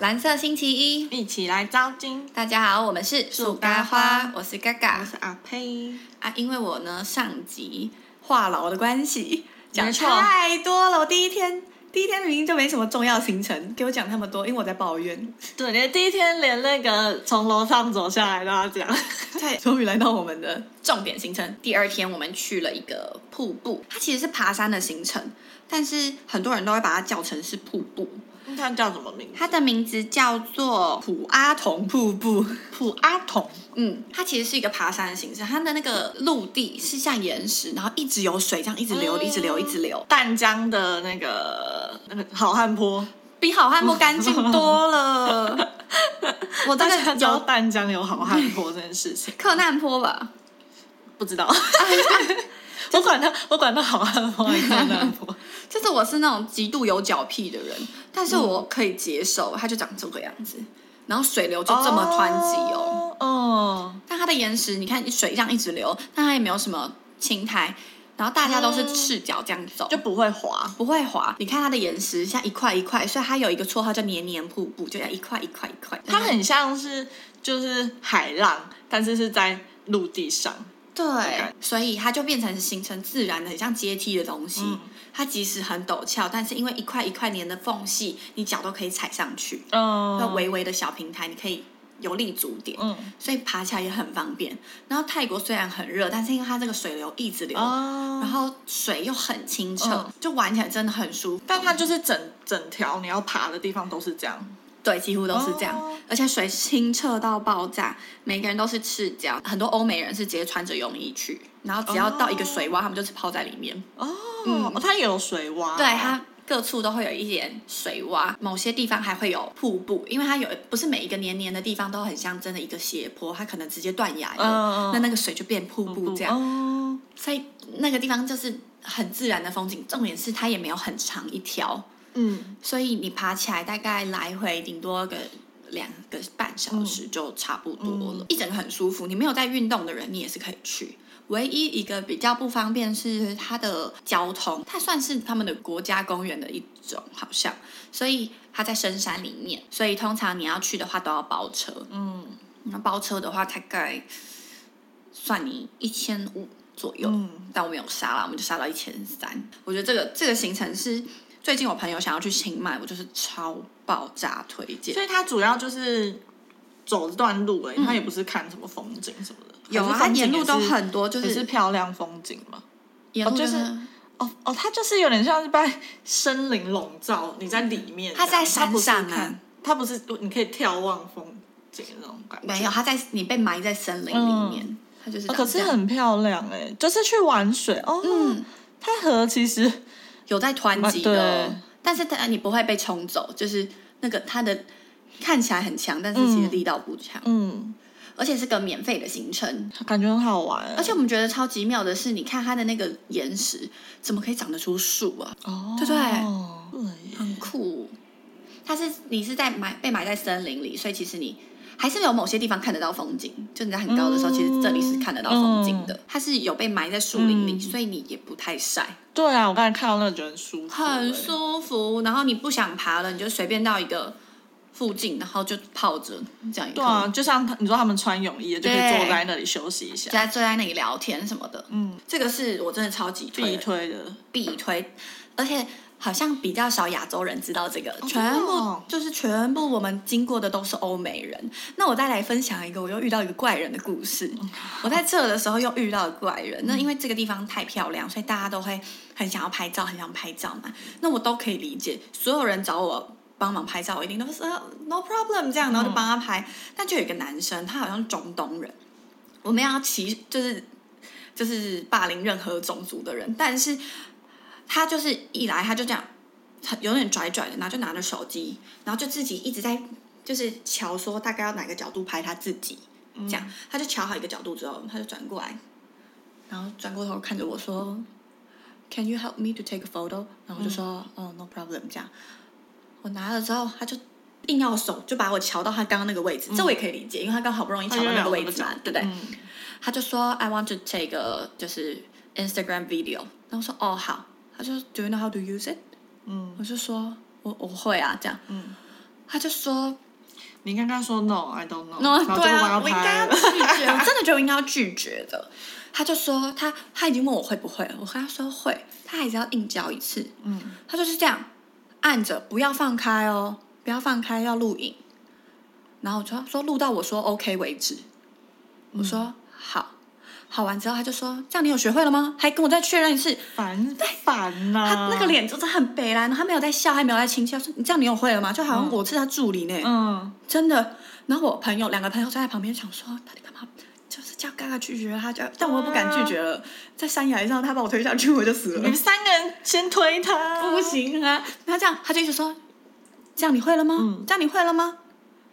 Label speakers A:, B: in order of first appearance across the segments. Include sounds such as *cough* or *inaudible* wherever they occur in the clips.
A: 蓝色星期一，
B: 一起来招金。
A: 大家好，我们是
B: 树
A: 咖
B: 咖
A: 花
B: 花，
A: 我是嘎
B: 我
A: 嘎
B: 是阿佩，
A: 啊。因为我呢上集话痨的关系，讲
B: 没错
A: 太多了。我第一天第一天明明就没什么重要行程，给我讲那么多，因为我在抱怨。
B: 对，连第一天连那个从楼上走下来都要讲。
A: 在哎终于来到我们的重点行程。第二天我们去了一个瀑布，它其实是爬山的行程，但是很多人都会把它叫成是瀑布。
B: 它叫什么名字？
A: 它的名字叫做普阿童瀑布。
B: 普阿桶。
A: 嗯，它其实是一个爬山的形式，它的那个陆地是像岩石，然后一直有水这样一直流，
B: 嗯
A: 一直流，一直流，
B: 淡江的那个那个好汉坡，
A: 比好汉坡干净多
B: *laughs*
A: 了。我这
B: 大家
A: 个
B: 知道
A: 有
B: 淡江有好汉坡这件事 *laughs* 情，
A: 克难坡吧？
B: 不知道。我管他，我管他好汉坡还是淡江坡。
A: 就是我是那种极度有脚癖的人，但是我可以接受，它就长这个样子，然后水流就这么湍急哦。
B: 哦。哦，
A: 但它的岩石，你看水这样一直流，但它也没有什么青苔，然后大家都是
B: 嗯
A: 赤脚这样走，
B: 就不会滑。
A: 不会滑。你看它的岩石像一块一块，所以它有一个绰号叫“黏黏瀑布”，就叫一块一块一块。
B: 它很像是就是海浪，但是是在陆地上。
A: 对，所以它就变成形成自然的，很像阶梯的东西。
B: 嗯
A: 它即使很陡峭，但是因为一块一块黏的缝隙，你脚都可以踩上去。那
B: 嗯
A: 微微的小平台，你可以有立足点。
B: 嗯
A: 所以爬起来也很方便。然后泰国虽然很热，但是因为它这个水流一直流，
B: 哦
A: 然后水又很清澈，
B: 嗯
A: 就玩起来真的很舒服。
B: 但它就是整整条你要爬的地方都是这样。
A: 对，几乎都是这样，
B: 哦
A: 而且水清澈到爆炸，每个人都是赤脚，很多欧美人是直接穿着泳衣去，然后只要到一个水洼，他们就是泡在里面。
B: 哦，哦它也有水洼。哦
A: 对，它各处都会有一点水洼，某些地方还会有瀑布，因为它有不是每一个黏黏的地方都很像真的一个斜坡，它可能直接断崖了，
B: 嗯嗯嗯
A: 那那个水就变瀑布这样。
B: 哦样。
A: 所以那个地方就是很自然的风景，重点是它也没有很长一条，
B: 嗯，
A: 所以你爬起来大概来回顶多个两个半小时就差不多了，一整个很舒服。你没有在运动的人，你也是可以去。唯一一个比较不方便是它的交通，它算是他们的国家公园的一种，好像，所以它在深山里面，所以通常你要去的话都要包车。
B: 嗯
A: 那包车的话，大概算你一千五左右。
B: 嗯
A: 但我没有杀啦，我们就杀到一千三。我觉得这个这个行程是最近我朋友想要去清迈，我就是超爆炸推荐。
B: 所以它主要就是走这段路而已，它也不是看什么风景什么的。
A: 有啊，
B: 还
A: 它
B: 是风景
A: 沿路都
B: 也是
A: 很多，就
B: 也是
A: 是
B: 漂亮风景嘛。
A: 沿路
B: 哦就是
A: 真的
B: 哦哦，它就是有点像是被森林笼罩，你在里面这
A: 它
B: 样。
A: 在山
B: 它
A: 上啊
B: 不是看，它不是你可以眺望风景的那种感觉。
A: 没有，它在你被埋在森林里面，它就是
B: 哦、
A: 长
B: 可是
A: 这样
B: 很漂亮哎、就是去玩水哦。
A: 嗯，
B: 太和其实
A: 有在湍急的哦
B: 啊对，
A: 但是它你不会被冲走，就是那个它的看起来很强，但是其实
B: 嗯
A: 力道不强，
B: 嗯，
A: 而且是个免费的行程，
B: 感觉很好玩欸、
A: 而且我们觉得超级妙的是，你看它的那个岩石怎么可以长得出树啊？
B: 哦，
A: 对不对
B: 对耶
A: 很酷。它是你是在埋被埋在森林里，所以其实你还是有某些地方看得到风景。就你在很高的时候，
B: 嗯
A: 其实这里是看得到风景的。它是有被埋在树林里，
B: 嗯
A: 所以你也不太晒，
B: 对啊，我刚才看到那个觉得很舒服、欸
A: 很。舒服。然后你不想爬了，你就随便到一个附近，然后就泡着这样也可以。
B: 对啊，就像他你说他们穿泳衣的，就可以
A: 对
B: 坐在那里休息一
A: 就
B: 下。
A: 在坐在那里聊天什么的。
B: 嗯，
A: 这个是我真的超级推
B: 必
A: 的
B: 推的，
A: 必推，而且好像比较少亚洲人知道这个，
B: 真
A: 全
B: 的
A: 部、
B: 哦
A: 就是全部我们经过的都是欧美人。那我再来分享一个，我又遇到一个怪人的故事。
B: 哦
A: 我在这的时候又遇到了怪人，
B: 嗯
A: 那因为这个地方太漂亮，所以大家都会很想要拍照，很想拍照嘛。那我都可以理解，所有人找我。帮忙拍照，我一定都是、呃 no problem 这样，
B: 嗯
A: 然后就帮他拍。但就有一个男生，他好像是中东人，我们要歧就是就是霸凌任何种族的人，但是他就是一来他就这样，很有点拽拽的，然后就拿着手机，然后就自己一直在就是瞧说大概要哪个角度拍他自己，这样他就瞧好一个角度之后，他就转过来，然后转过头看着我说，Can you help me to take a photo？然后我就说，哦、n o problem，这样，我拿了之后他就。硬要手就把我瞧到他刚刚那个位置，这我也可以理解，因嗯为他刚好不容易瞧到那个位置嘛，对不对？
B: 嗯
A: 他就说 I want to take a 就是 Instagram video，然后我说哦好，他就说 Do you know how to use it？
B: 嗯
A: 我就说我我会啊这样，
B: 嗯
A: 他就说
B: 你刚刚说 no，I don't know，
A: 那
B: 然哦后就
A: 对
B: 不帮
A: 啊，
B: 他
A: 我应
B: 拍
A: 该要
B: 了。
A: 拒绝，我真的觉得我应该要拒绝的。他就说他他已经问我会不会了，我跟他说会，他还是要硬交一次。
B: 嗯，
A: 他就是这样按着，不要放开哦，不要放开，要录影。然后我就说录到我说 OK 为止。我说、好，好完之后他就说这样你有学会了吗？还跟我再确认一次。
B: 烦烦啊呐、
A: 他那个，脸就是很北然，他没有在笑，还没有在轻笑，说你这样你有会了吗？就好像我是他助理呢。
B: 嗯，
A: 真的。然后我朋友两个朋友站在旁边想说，他在干嘛？就是叫嘎嘎拒绝他，就但我又不敢拒绝了。在山崖上，他把我推下去，我就死
B: 你
A: 了
B: 们。三个人先推他，
A: 不，行啊！然后这样，他就一直说，这样你会了吗？
B: 嗯
A: 这样你会了吗？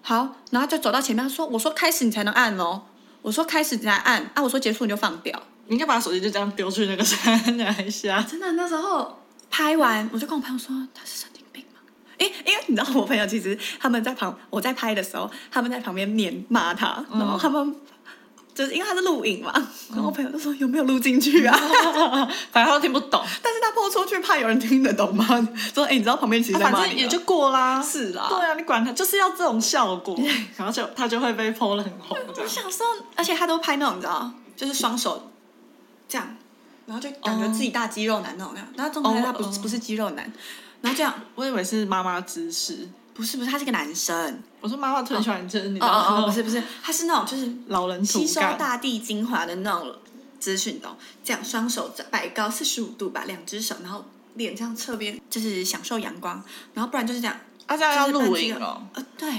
A: 好，然后就走到前面，他说，我说开始你才能按哦。我说开始你才按啊，我说结束你就放掉。
B: 你应该把手机就这样丢去那个山崖
A: *laughs*
B: 下。
A: 真的，那时候拍完，我就跟我朋友说他是神经病吗？ *laughs* 因因为你知道，我朋友其实他们在旁，我在拍的时候，他们在旁边念骂他，
B: 嗯
A: 然后他们就是因为他是录影嘛，然后我朋友就说有没有录进去啊？ *laughs*
B: 反正他都听不懂，
A: 但是他播出去，怕有人听得懂吗？ *laughs* 说哎、你知道旁边其实
B: 他
A: 在
B: 反
A: 骂
B: 正
A: 你
B: 也
A: 啊，
B: 就过啦。
A: 是啦。
B: 对啊，你管他，就是要这种效果，然后就他就会被泼的很红这
A: 我
B: 样。
A: 想说，而且他都拍那种你知道，就是双手这样，然后就感觉自己大肌肉男那种那样。然后重点是他不是、
B: 哦哦
A: 不是肌肉男，然后这样
B: 我以为是妈妈姿势，
A: 不是不是，他是个男生。
B: 我说妈妈推船就是你知
A: 哦
B: 道
A: 哦
B: 吗
A: 哦，不是不是，他是那种就是
B: 老人土
A: 吸收
B: 干，
A: 大地精华的那种资讯懂？这样双手摆高四十五度吧，两只手，然后脸这样侧边，就是享受阳光，然后不然就是这样，
B: 啊，这样要录影哦。
A: 呃，对，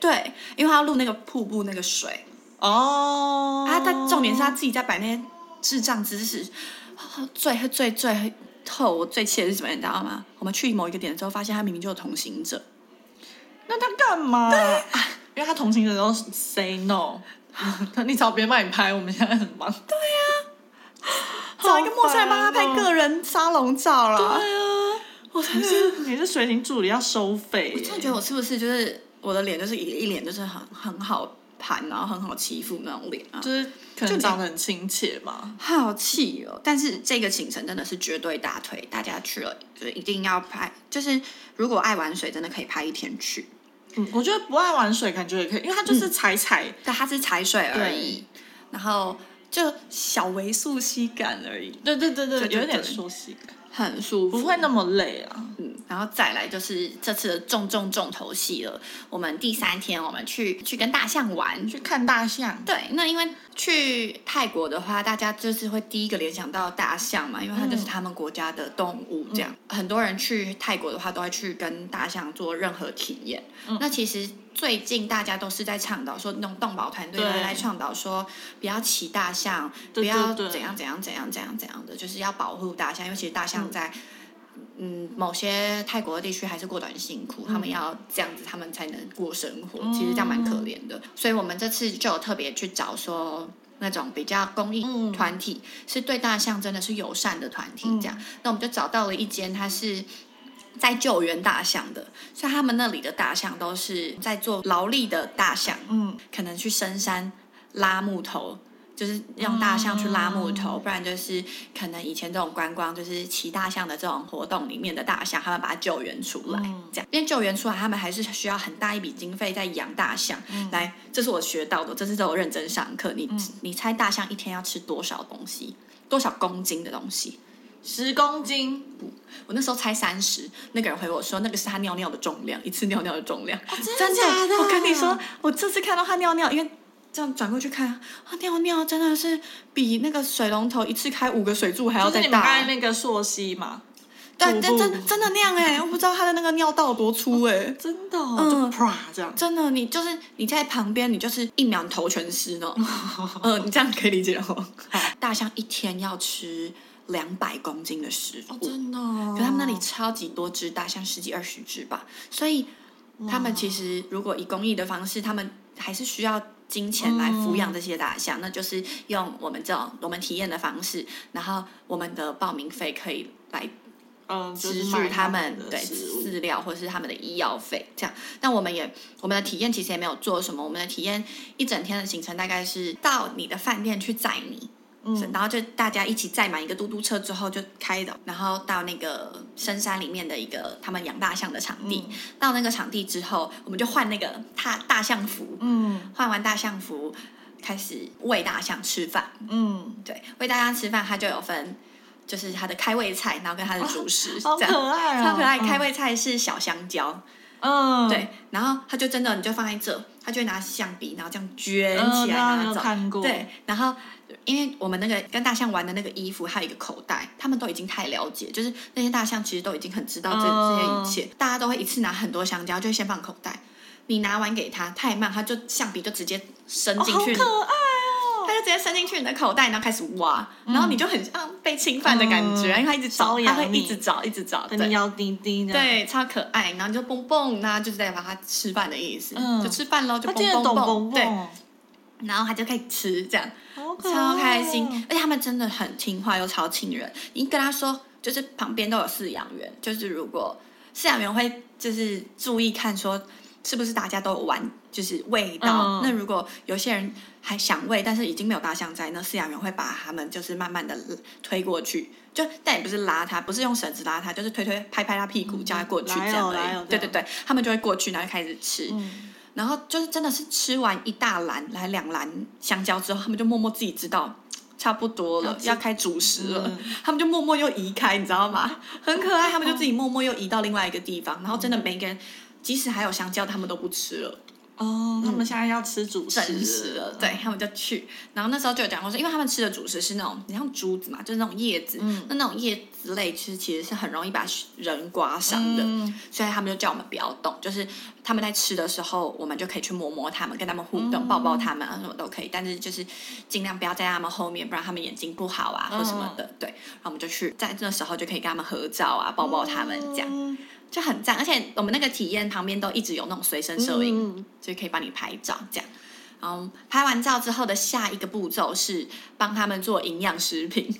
A: 对，因为他要录那个瀑布那个水，
B: 哦，
A: 啊，他重点是他自己在摆那些智障姿势，哦最最最后我最气的是什么，你知道吗？我们去某一个点之后，发现他明明就有同行者，
B: 那他干嘛？啊因为他同行的时候 say
A: *laughs*
B: no，他你找别人帮你拍，我们现在很忙。对啊，
A: 找一个陌生人帮他拍个
B: 人。
A: 人沙龙照了，
B: 哦对啊，
A: 我真
B: 你 *laughs*
A: 的。
B: 是你是水灵助理要收费耶？
A: 我真的觉得我是不是就是我的脸就是一一脸就是很很好盘，然后很好欺负那种脸啊，
B: 就是可
A: 就
B: 能
A: 你
B: 长得很亲切吧。
A: 好气哦！但是这个行程真的是绝对大推，大家去了就一定要拍，就是如果爱玩水，真的可以拍一天去。
B: 嗯，我觉得不爱玩水感觉也可以，因为他就是踩踩。
A: 但它是踩水而已，然后就小微溯溪感而已，
B: 对对对对，
A: 对对
B: 有一点
A: 对
B: 熟悉感，
A: 很舒服，
B: 不会那么累啊。
A: 嗯，然后再来就是这次的重重重头戏了。我们第三天我们去去跟大象玩，
B: 去看大象，
A: 对，那因为去泰国的话，大家就是会第一个联想到大象嘛，因为它
B: 嗯
A: 就是他们国家的动物，这样、很多人去泰国的话，都会去跟大象做任何体验。
B: 嗯
A: 那其实最近大家都是在倡导说，那种动保团队
B: 对
A: 都在倡导说，不要骑大象，
B: 对
A: 不要
B: 对对
A: 怎样怎样怎样怎样怎样的，就是要保护大象，因为其实大象在。嗯，某些泰国的地区还是过得很辛苦，他们要这样子，他们才能过生活。其实这样蛮可怜的，所以我们这次就有特别去找说那种比较公益
B: 嗯
A: 团体，是对大象真的是友善的团体。这样，那我们就找到了一间，它是在救援大象的，所以他们那里的大象都是在做劳力的大象，
B: 嗯，
A: 可能去深山拉木头，就是让大象去拉木头，不然就是可能以前这种观光就是骑大象的这种活动里面的大象，他们把它救援出来，
B: 嗯
A: 这样，因为救援出来，他们还是需要很大一笔经费在养大象。来，这是我学到的，这是我认真上课。你、你猜大象一天要吃多少东西？多少公斤的东西？
B: 十公斤，
A: 我那时候猜三十，那个人回我说，那个是他尿尿的重量，一次尿尿的重量。 *laughs* 真
B: 假哦的
A: 我跟你说，我这次看到他尿尿，因为这样转过去看，他尿尿真的是比那个水龙头一次开五个水柱还要
B: 就是
A: 再
B: 你们刚才
A: 大。
B: 那个溯溪嘛，
A: 对，
B: 瀑
A: 真
B: 布
A: 真真的那样哎、我不知道他的那个尿道有多粗哎、
B: 真的哦，
A: 嗯
B: 就啪这样，
A: 真的，你就是你在旁边，你就是一秒头全湿
B: *laughs*
A: 呢。嗯、你这样可以理解哦。大象一天要吃两百公斤的食物，
B: 真的哦，
A: 可是他们那里超级多只大象，十几二十只吧，所以他们其实如果以公益的方式，他们还是需要金钱来抚养这些大象，那就是用我们这种我们体验的方式，然后我们的报名费可以来
B: 嗯，就
A: 资
B: 是
A: 助
B: 买
A: 他们
B: 们的
A: 对
B: 食物
A: 饲料或是他们的医药费这样。但我们也我们的体验其实也没有做什么，我们的体验一整天的行程大概是到你的饭店去载你，
B: 嗯
A: 是然后就大家一起载满一个嘟嘟车之后，就开的，然后到那个深山里面的一个他们养大象的场地。
B: 嗯
A: 到那个场地之后，我们就换那个大大象服，
B: 嗯
A: 换完大象服开始喂大象吃饭。
B: 嗯，
A: 对，喂大象吃饭，它就有分，就是它的开胃菜，然后跟它的主食、
B: 哦好
A: 这样。
B: 可爱啊，
A: 超可爱，开
B: 胃，
A: 胃菜是小香蕉，
B: 嗯，
A: 对，然后它就真的你就放在这，它就会拿橡皮，然后这样卷
B: 嗯，
A: 起
B: 那
A: 来，然后
B: 有
A: 走。
B: 看过，
A: 对，然后因为我们那个跟大象玩的那个衣服，还有一个口袋，他们都已经太了解，就是那些大象其实都已经很知道这、
B: 嗯
A: 这些一切，大家都会一次拿很多香蕉，就会先放口袋。你拿完给他太慢，他就橡皮就直接伸
B: 哦，
A: 进
B: 好
A: 去，
B: 可爱哦，
A: 他就直接伸进去你的口袋，然后开始挖，然后你就很像被侵犯的感觉，
B: 嗯
A: 因为他一直
B: 搔
A: 找，他
B: 痒
A: 会一
B: 你
A: 直找，一直找，
B: 跟你
A: 对。
B: 要滴滴的，，
A: 对，超可爱，然后你就蹦蹦，那就是在把它吃饭的意思，
B: 嗯
A: 就吃饭喽，就
B: 他
A: 蹦
B: 听得
A: 蹦
B: 懂
A: 蹦，
B: 蹦
A: 对，
B: 蹦，
A: 然后他就可以吃这样，
B: 好可爱哦
A: 超开心，而且他们真的很听话又超亲人。你跟他说，就是旁边都有饲养员，就是如果饲养员会就是注意看说是不是大家都有玩，就是喂到。
B: 嗯
A: 那如果有些人还想喂，但是已经没有大象在，那饲养员会把他们就是慢慢的推过去，就但也不是拉他，不是用绳子拉他，就是推推拍拍他屁股叫他过去
B: 来哦
A: 这样而
B: 来哦
A: 已。对对对，他们就会过去，然后开始吃。
B: 嗯，
A: 然后就是真的是吃完一大篮来两篮香蕉之后，他们就默默自己知道差不多了
B: 要，吃
A: 要开主食了，
B: 嗯
A: 他们就默默又移开，你知道吗？很可爱，他们就自己默默又移到另外一个地方，然后真的每个人。即使还有香蕉，他们都不吃了，
B: 哦，他们现在要吃主食
A: 整食嗯了。对，他们就去，然后那时候就有讲过说，因为他们吃的主食是那种，你像竹子嘛，就是那种叶子，
B: 嗯
A: 那那种叶子类其实其实是很容易把人刮伤的。
B: 嗯
A: 所以他们就叫我们不要动，就是他们在吃的时候，我们就可以去摸摸他们，跟他们互动，
B: 嗯
A: 抱抱他们啊，什么都可以。但是就是尽量不要在他们后面，不然他们眼睛不好啊，或什么
B: 嗯
A: 的。对，然后我们就去在那时候就可以跟他们合照啊，抱抱他们，这样
B: 嗯
A: 就很赞。而且我们那个体验旁边都一直有那种随身摄影，
B: 嗯
A: 就可以帮你拍照这样。然后拍完照之后的下一个步骤是帮他们做营养食品。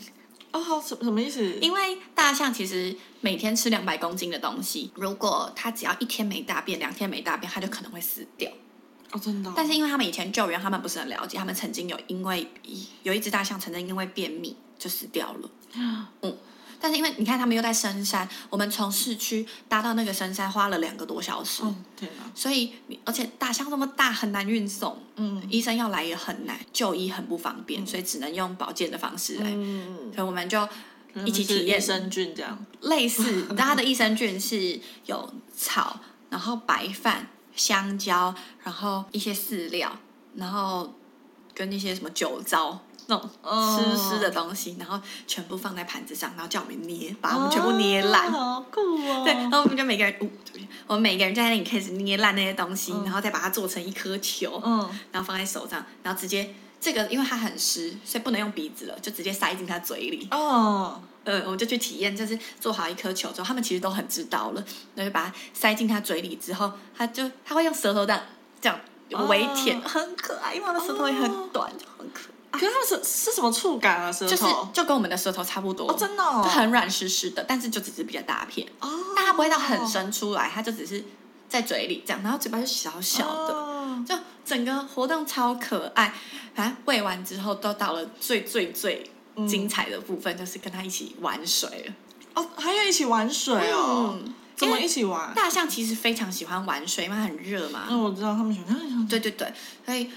B: 哦，好什什么意思？
A: 因为大象其实每天吃两百公斤的东西，如果它只要一天没大便、两天没大便，它就可能会死掉。
B: 哦，真的哦，
A: 但是因为他们以前救援，他们不是很了解，他们曾经有因为有一只大象曾经因为便秘就死掉了。嗯，但是因为你看他们又在深山，我们从市区搭到那个深山花了两个多小时，
B: 哦，天哪，
A: 所以你而且大象这么大很难运送，
B: 嗯
A: 医生要来也很难，就医很不方便，所以只能用保健的方式来。
B: 嗯，
A: 所以我们就
B: 嗯
A: 一起体
B: 益
A: 验
B: 生菌这样，
A: 类似，但它的益生菌是有草，然后白饭、香蕉，然后一些饲料，然后跟一些什么酒糟那种
B: 哦
A: 湿湿的东西，然后全部放在盘子上，然后叫我们捏，把我们全部捏烂。
B: 哦啊好酷哦，
A: 对，然后我们就每个人，哦、对不起我们每个人就在那里开始捏烂那些东西，
B: 嗯
A: 然后再把它做成一颗球，
B: 嗯，
A: 然后放在手上，然后直接这个因为它很湿，所以不能用鼻子了，就直接塞进它嘴里。
B: 哦，
A: 呃，我们就去体验，就是做好一颗球之后，他们其实都很知道了，然后就把它塞进他嘴里之后，他就他会用舌头这样这样微舔，
B: 哦
A: 很可爱，因为他们舌头也很短，就很可
B: 可是他们是是什么触感啊？舌
A: 爱，
B: 头
A: 啊就是就跟我们的舌头差不多，
B: 哦，真的哦，
A: 就很软湿湿的，但是就只是比较大片，
B: 哦，
A: 但它不会到很伸出来，它就只是在嘴里这样，然后嘴巴就小小的。
B: 哦
A: 就整个活动超可爱，反正喂完之后都到了最最最
B: 嗯
A: 精彩的部分，就是跟他一起玩水了。
B: 哦，还有一起玩水哦，
A: 嗯，
B: 怎
A: 因
B: 么
A: 为
B: 一啊嗯起玩？
A: 大象其实非常喜欢玩水，因为它很热嘛。
B: 那我知道他们喜欢，
A: 对对对，所以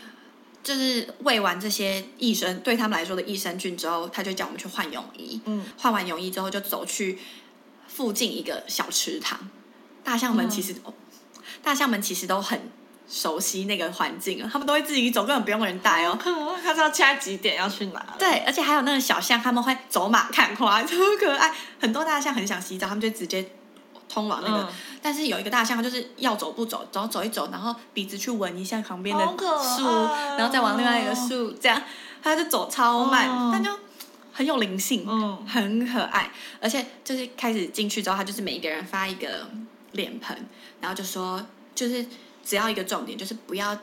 A: 就是喂完这些益生对他们来说的益生菌之后，他就叫我们去换泳衣。
B: 嗯，
A: 换完泳衣之后，就走去附近一个小池塘。大象
B: 嗯
A: 们其实，哦大象们其实都很熟悉那个环境啊了，他们都会自己走，根本不用人带哦。
B: 可他知道现在几点要去哪了，
A: 对，而且还有那个小象，他们会走马看花， *laughs* 超可爱。很多大象很想洗澡，他们就直接通往那个。
B: 嗯
A: 但是有一个大象，它就是要走不走，然后走一走，然后鼻子去闻一下旁边的
B: 好可爱
A: 树，
B: 哦
A: 然后再往另外一个树，这样它就走超慢，
B: 哦
A: 但就很有灵性，
B: 嗯
A: 很可爱。而且就是开始进去之后，它就是每一个人发一个脸盆，然后就说，就是只要一个重点，就是不要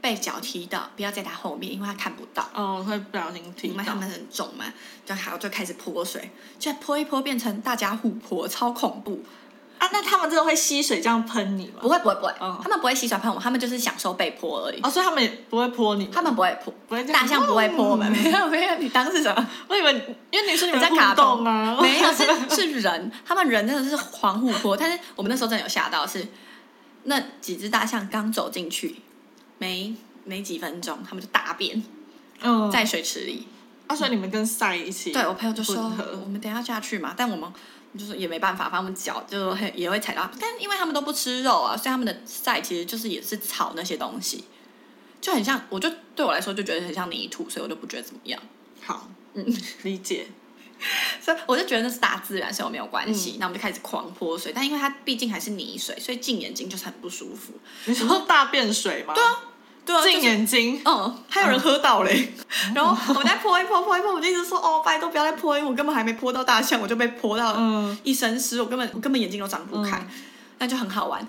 A: 被脚踢到，不要在它后面，因为它看不到。
B: 哦，会不小心
A: 因
B: 听
A: 为
B: 到
A: 他们很重嘛，就好就开始泼水，就泼一泼变成大家互泼，超恐怖。
B: 啊，啊，那他们真的会吸水这样喷你吗？
A: 不会不会不会，
B: 哦
A: 他们不会洗手喷我，他们就是享受被泼而已。
B: 哦，所以他们也不会泼你，
A: 他们不会泼，
B: 不会这样
A: 大象不会泼我们，
B: 嗯
A: *laughs* 没有没有，你当是什么？
B: 我以为因为你说你们
A: 人家卡
B: 互动
A: 通
B: 啊，
A: *laughs* 没有是是人，他们人真的是狂互泼，但是我们那时候真的有吓到是，那几只大象刚走进去，没没几分钟，他们就大便
B: *laughs* 嗯，
A: 在水池里。
B: 啊，所以你们跟赛一起，
A: 对我朋友就说
B: 混合，
A: 我们等一下就要去嘛，但我们就是也没办法，反正我们脚就会也会踩到，但因为他们都不吃肉啊，所以他们的菜其实就是也是草那些东西，就很像，我就对我来说就觉得很像泥土，所以我就不觉得怎么样。
B: 好，
A: 嗯，
B: 理
A: *laughs*
B: 解，
A: 所以我就觉得那是大自然，所以我没有关系。那、我们就开始狂泼水，但因为它毕竟还是泥水，所以进眼睛就是很不舒服。
B: 你说大便水吗？
A: 对啊，对啊，
B: 进
A: 就是
B: 眼睛，
A: 嗯，还
B: 哦
A: 有人喝到嘞。然后我们再泼一泼，泼一泼，我就一直说哦，拜托不要再泼，因为我根本还没泼到大象，我就被泼到
B: 嗯，
A: 一身湿，我根本我根本眼睛都张不开，
B: 嗯
A: 那就很好玩。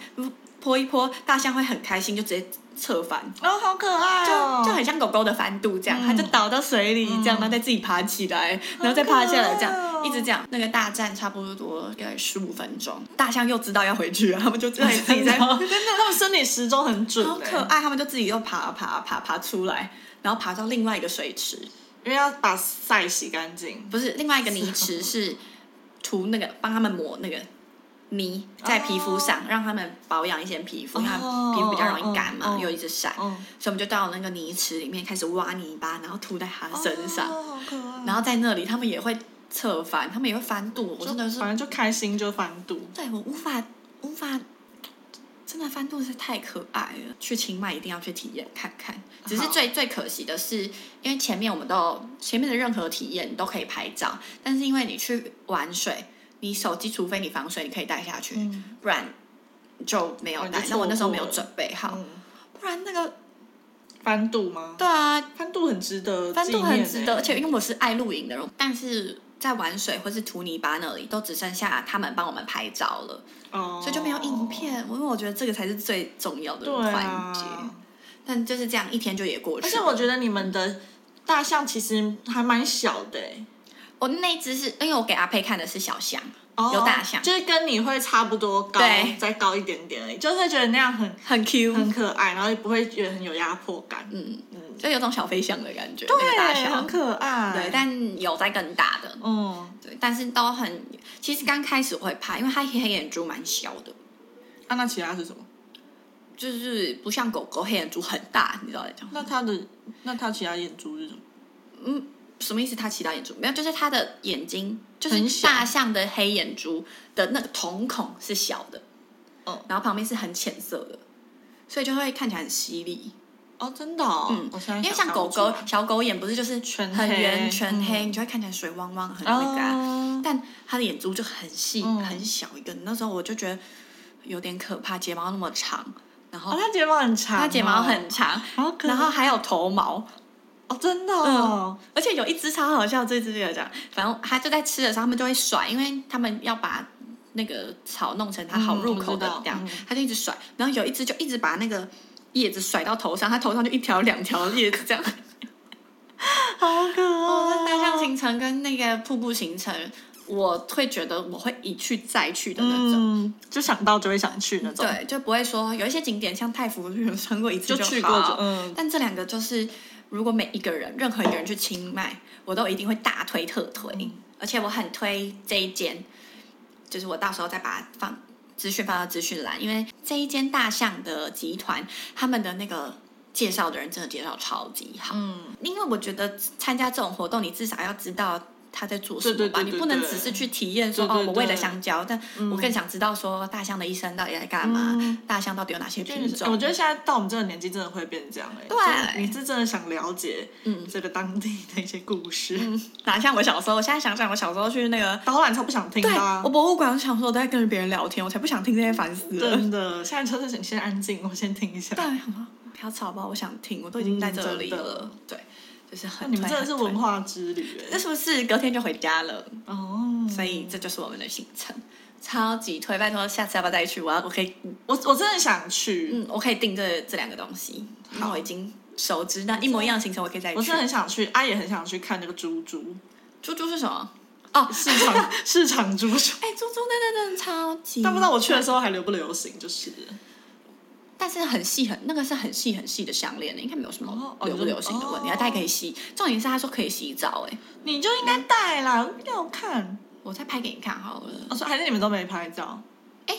A: 泼一泼，大象会很开心，就直接侧翻，
B: 哦，好可爱
A: 就
B: 哦，
A: 就很像狗狗的翻肚这样，
B: 嗯
A: 它就倒到水里这样，
B: 嗯
A: 然后再自己爬起来，然后再爬下来这
B: 好可爱哦
A: 样，一直这样。那个大战差不多大概十五分钟，大象又知道要回去了，他们就自己
B: *laughs*
A: 自己在，
B: 真的，他们生理时钟很准，
A: 好可，爱，他们就自己又爬爬爬爬出来，然后爬到另外一个水池，
B: 因为要把赛洗干净，
A: 不是另外一个泥
B: *laughs*
A: 池是涂那个帮他们抹那个泥在皮肤上，让他们保养一些皮肤，因为他们皮肤比较容易干嘛
B: 哦，
A: 又一直晒，
B: 嗯，
A: 所以我们就到那个泥池里面开始挖泥巴，然后涂在他身上。
B: 哦，好可爱，
A: 然后在那里他们也会侧翻，他们也会翻肚，我
B: 就
A: 真的是，
B: 反正就开心就翻肚，
A: 对我无法无法，真的翻肚是太可爱了，去清迈一定要去体验看看。只是
B: 好
A: 最最可惜的是，因为前面我们都有前面的任何体验你都可以拍照，但是因为你去玩水，你手机除非你防水你可以带下去，
B: 嗯
A: 不然就没有
B: 哦你就
A: 带。那我那时
B: 错
A: 候
B: 过
A: 没有
B: 了
A: 准备好，
B: 嗯，
A: 不然那个
B: 翻肚吗？
A: 对啊，
B: 翻肚很值得，
A: 翻肚很
B: 欸
A: 值得，而，且因为我是爱露营的人，但是在玩水或是涂泥巴那里，都只剩下他们帮我们拍照了，
B: 哦，
A: 所以就没有影。片。因为我觉得这个才是最重要的
B: 对
A: 环节。
B: 啊，
A: 但就是这样，一天就也过去
B: 而
A: 了。
B: 且我觉得你们的大象其实还蛮小的欸，
A: 我那一只是因为我给阿佩看的是小象，
B: 哦
A: 有大象
B: 就是跟你会差不多高
A: 对，
B: 再高一点点而已，就是会觉得那样很
A: 很 Q，
B: 很可爱，然后也不会觉得很有压迫感。
A: 嗯，
B: 嗯，
A: 就有种小飞象的感觉，那个大
B: 很
A: 小。
B: 可爱。
A: 对，但有在更大的，
B: 嗯，
A: 对，但是都很。其实刚开始我会怕，因为它黑眼珠蛮小的，
B: 啊，那其他是什么？
A: 就是不像狗狗黑眼珠很大，你知道在讲什么吗
B: 那它的那它其他眼珠是什么？
A: 嗯，什么意思？它其他眼珠没有，就是它的眼睛，就
B: 很
A: 是
B: 小
A: 大象的黑眼珠的那个瞳孔是小的，
B: 嗯
A: 然后旁边是很浅色的，所以就会看起来很犀利。
B: 哦，真的哦，
A: 嗯
B: 我现在
A: 因为
B: 想
A: 像狗
B: 象
A: 狗
B: 不出来
A: 小狗眼不是就是
B: 全
A: 很圆
B: 黑
A: 全黑，
B: 嗯
A: 你就会看起来水汪汪很那个、啊，
B: 啊，
A: 但它的眼珠就很细、
B: 嗯
A: 很小一根。那时候我就觉得有点可怕，睫毛那么长，然后
B: 哦，它睫毛很长哦，
A: 它睫毛很长，
B: 好可爱，
A: 然后还有头毛，
B: 哦，真的哦，
A: 而且有一只超好笑，这只有这样，反正它就在吃的时候，它们就会甩，因为他们要把那个草弄成它好入口的
B: 嗯我知道
A: 这样
B: 嗯，
A: 它、就一直甩，然后有一只就一直把那个叶子甩到头上，它头上就一条两条叶子
B: *laughs*
A: 这样。
B: 好可爱。
A: 哦，那大象行程跟那个瀑布行程，我会觉得我会一去再去的那种。
B: 嗯，就想到就会想去那种，
A: 对，就不会说有一些景点像太福旅游穿过一次
B: 就去过
A: 好
B: 就嗯，
A: 但这两个就是，如果每一个人任何一个人去清迈，我都一定会大推特推，
B: 嗯
A: 而且我很推这一间，就是我到时候再把它放资讯放到资讯栏，因为这一间大象的集团他们的那个介绍的人真的介绍超级好，
B: 嗯，
A: 因为我觉得参加这种活动，你至少要知道他在做什么吧，
B: 对对对对
A: 你不能只是去体验说
B: 对对
A: 哦，
B: 对
A: 我为了香蕉，但
B: 嗯
A: 我更想知道说大象的一生到底在干嘛，
B: 嗯
A: 大象到底有哪些品
B: 就是我
A: 种。
B: 觉得现在到我们这个年纪，真的会变这样哎、
A: 嗯对
B: 就是你是真的想了解
A: 嗯
B: 这个当地的一些故事，
A: 嗯，哪像我小时候？我现在想想，我小时候去那个，
B: 导览超不想听
A: 对
B: 的、啊
A: 我。博物馆，我想说我都在跟别人聊天，我才不想听这些烦死了。
B: 真的，现在就是你先安静，我先听一下
A: 对，。好吗？不要吵吧，我想听，我都已经在这里
B: 嗯真的
A: 了。对，就是
B: 那
A: 很
B: 你们
A: 推
B: 真的是
A: 很推嗯
B: 文化之旅
A: 那 *laughs*
B: 哎、
A: 是不是隔天就回家了？
B: 哦，
A: 所以这就是我们的行程，超级推！拜托，下次要不要再去？我要，我可以
B: 我我真的想去，
A: 嗯，我可以订这这两个东西，那我已经熟知，那一模一样的行程我可以再
B: 我
A: 去
B: 是。很想去，啊也很想去看那个猪猪，
A: 猪猪是什么？哦，
B: 市
A: *laughs*
B: 场市场猪手，
A: 哎，猪猪那那那超级，
B: 但不知道我去的时候还流不流行，就是了
A: 嗯但是很细很那个是很细很细的项链的，应该没有什么
B: 哦哦
A: 流不
B: 你
A: 流
B: 说
A: 行的问题，
B: 哦
A: 它大家可以洗。重点是他说可以洗澡，哎，
B: 你就应该带啦，要看。
A: 我再拍给你看好了。
B: 我说还是你们都没拍照，
A: 哎，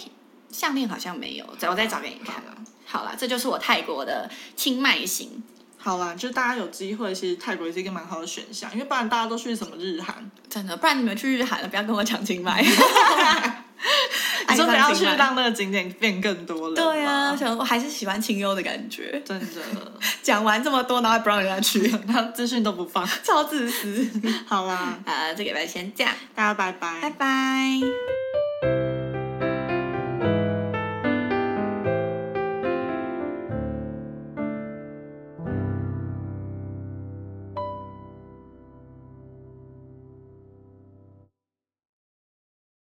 A: 项链好像没有，再我再找给你看。好啦，这就是我泰国的清迈行。
B: 好啦，就大家有机会，其实泰国也是一个蛮好的选项，因为不然大家都去什么日
A: *laughs*
B: 韩，
A: 真的，不然你们去日韩了，不要跟我抢
B: *laughs*
A: 清迈。
B: 你说不
A: 爱
B: 要
A: 上
B: 去
A: 清迈
B: 让那个景点变更多了。
A: 对啊， *laughs* 我，想我还是喜欢清幽的感觉。
B: 真的，
A: 讲完这么多，然后还不让人
B: *laughs*
A: 家去，
B: 他资讯都不放。
A: 超自私。 *laughs*
B: 好啦，
A: 呃，这个礼拜先这样，
B: 大家拜拜，
A: 拜拜。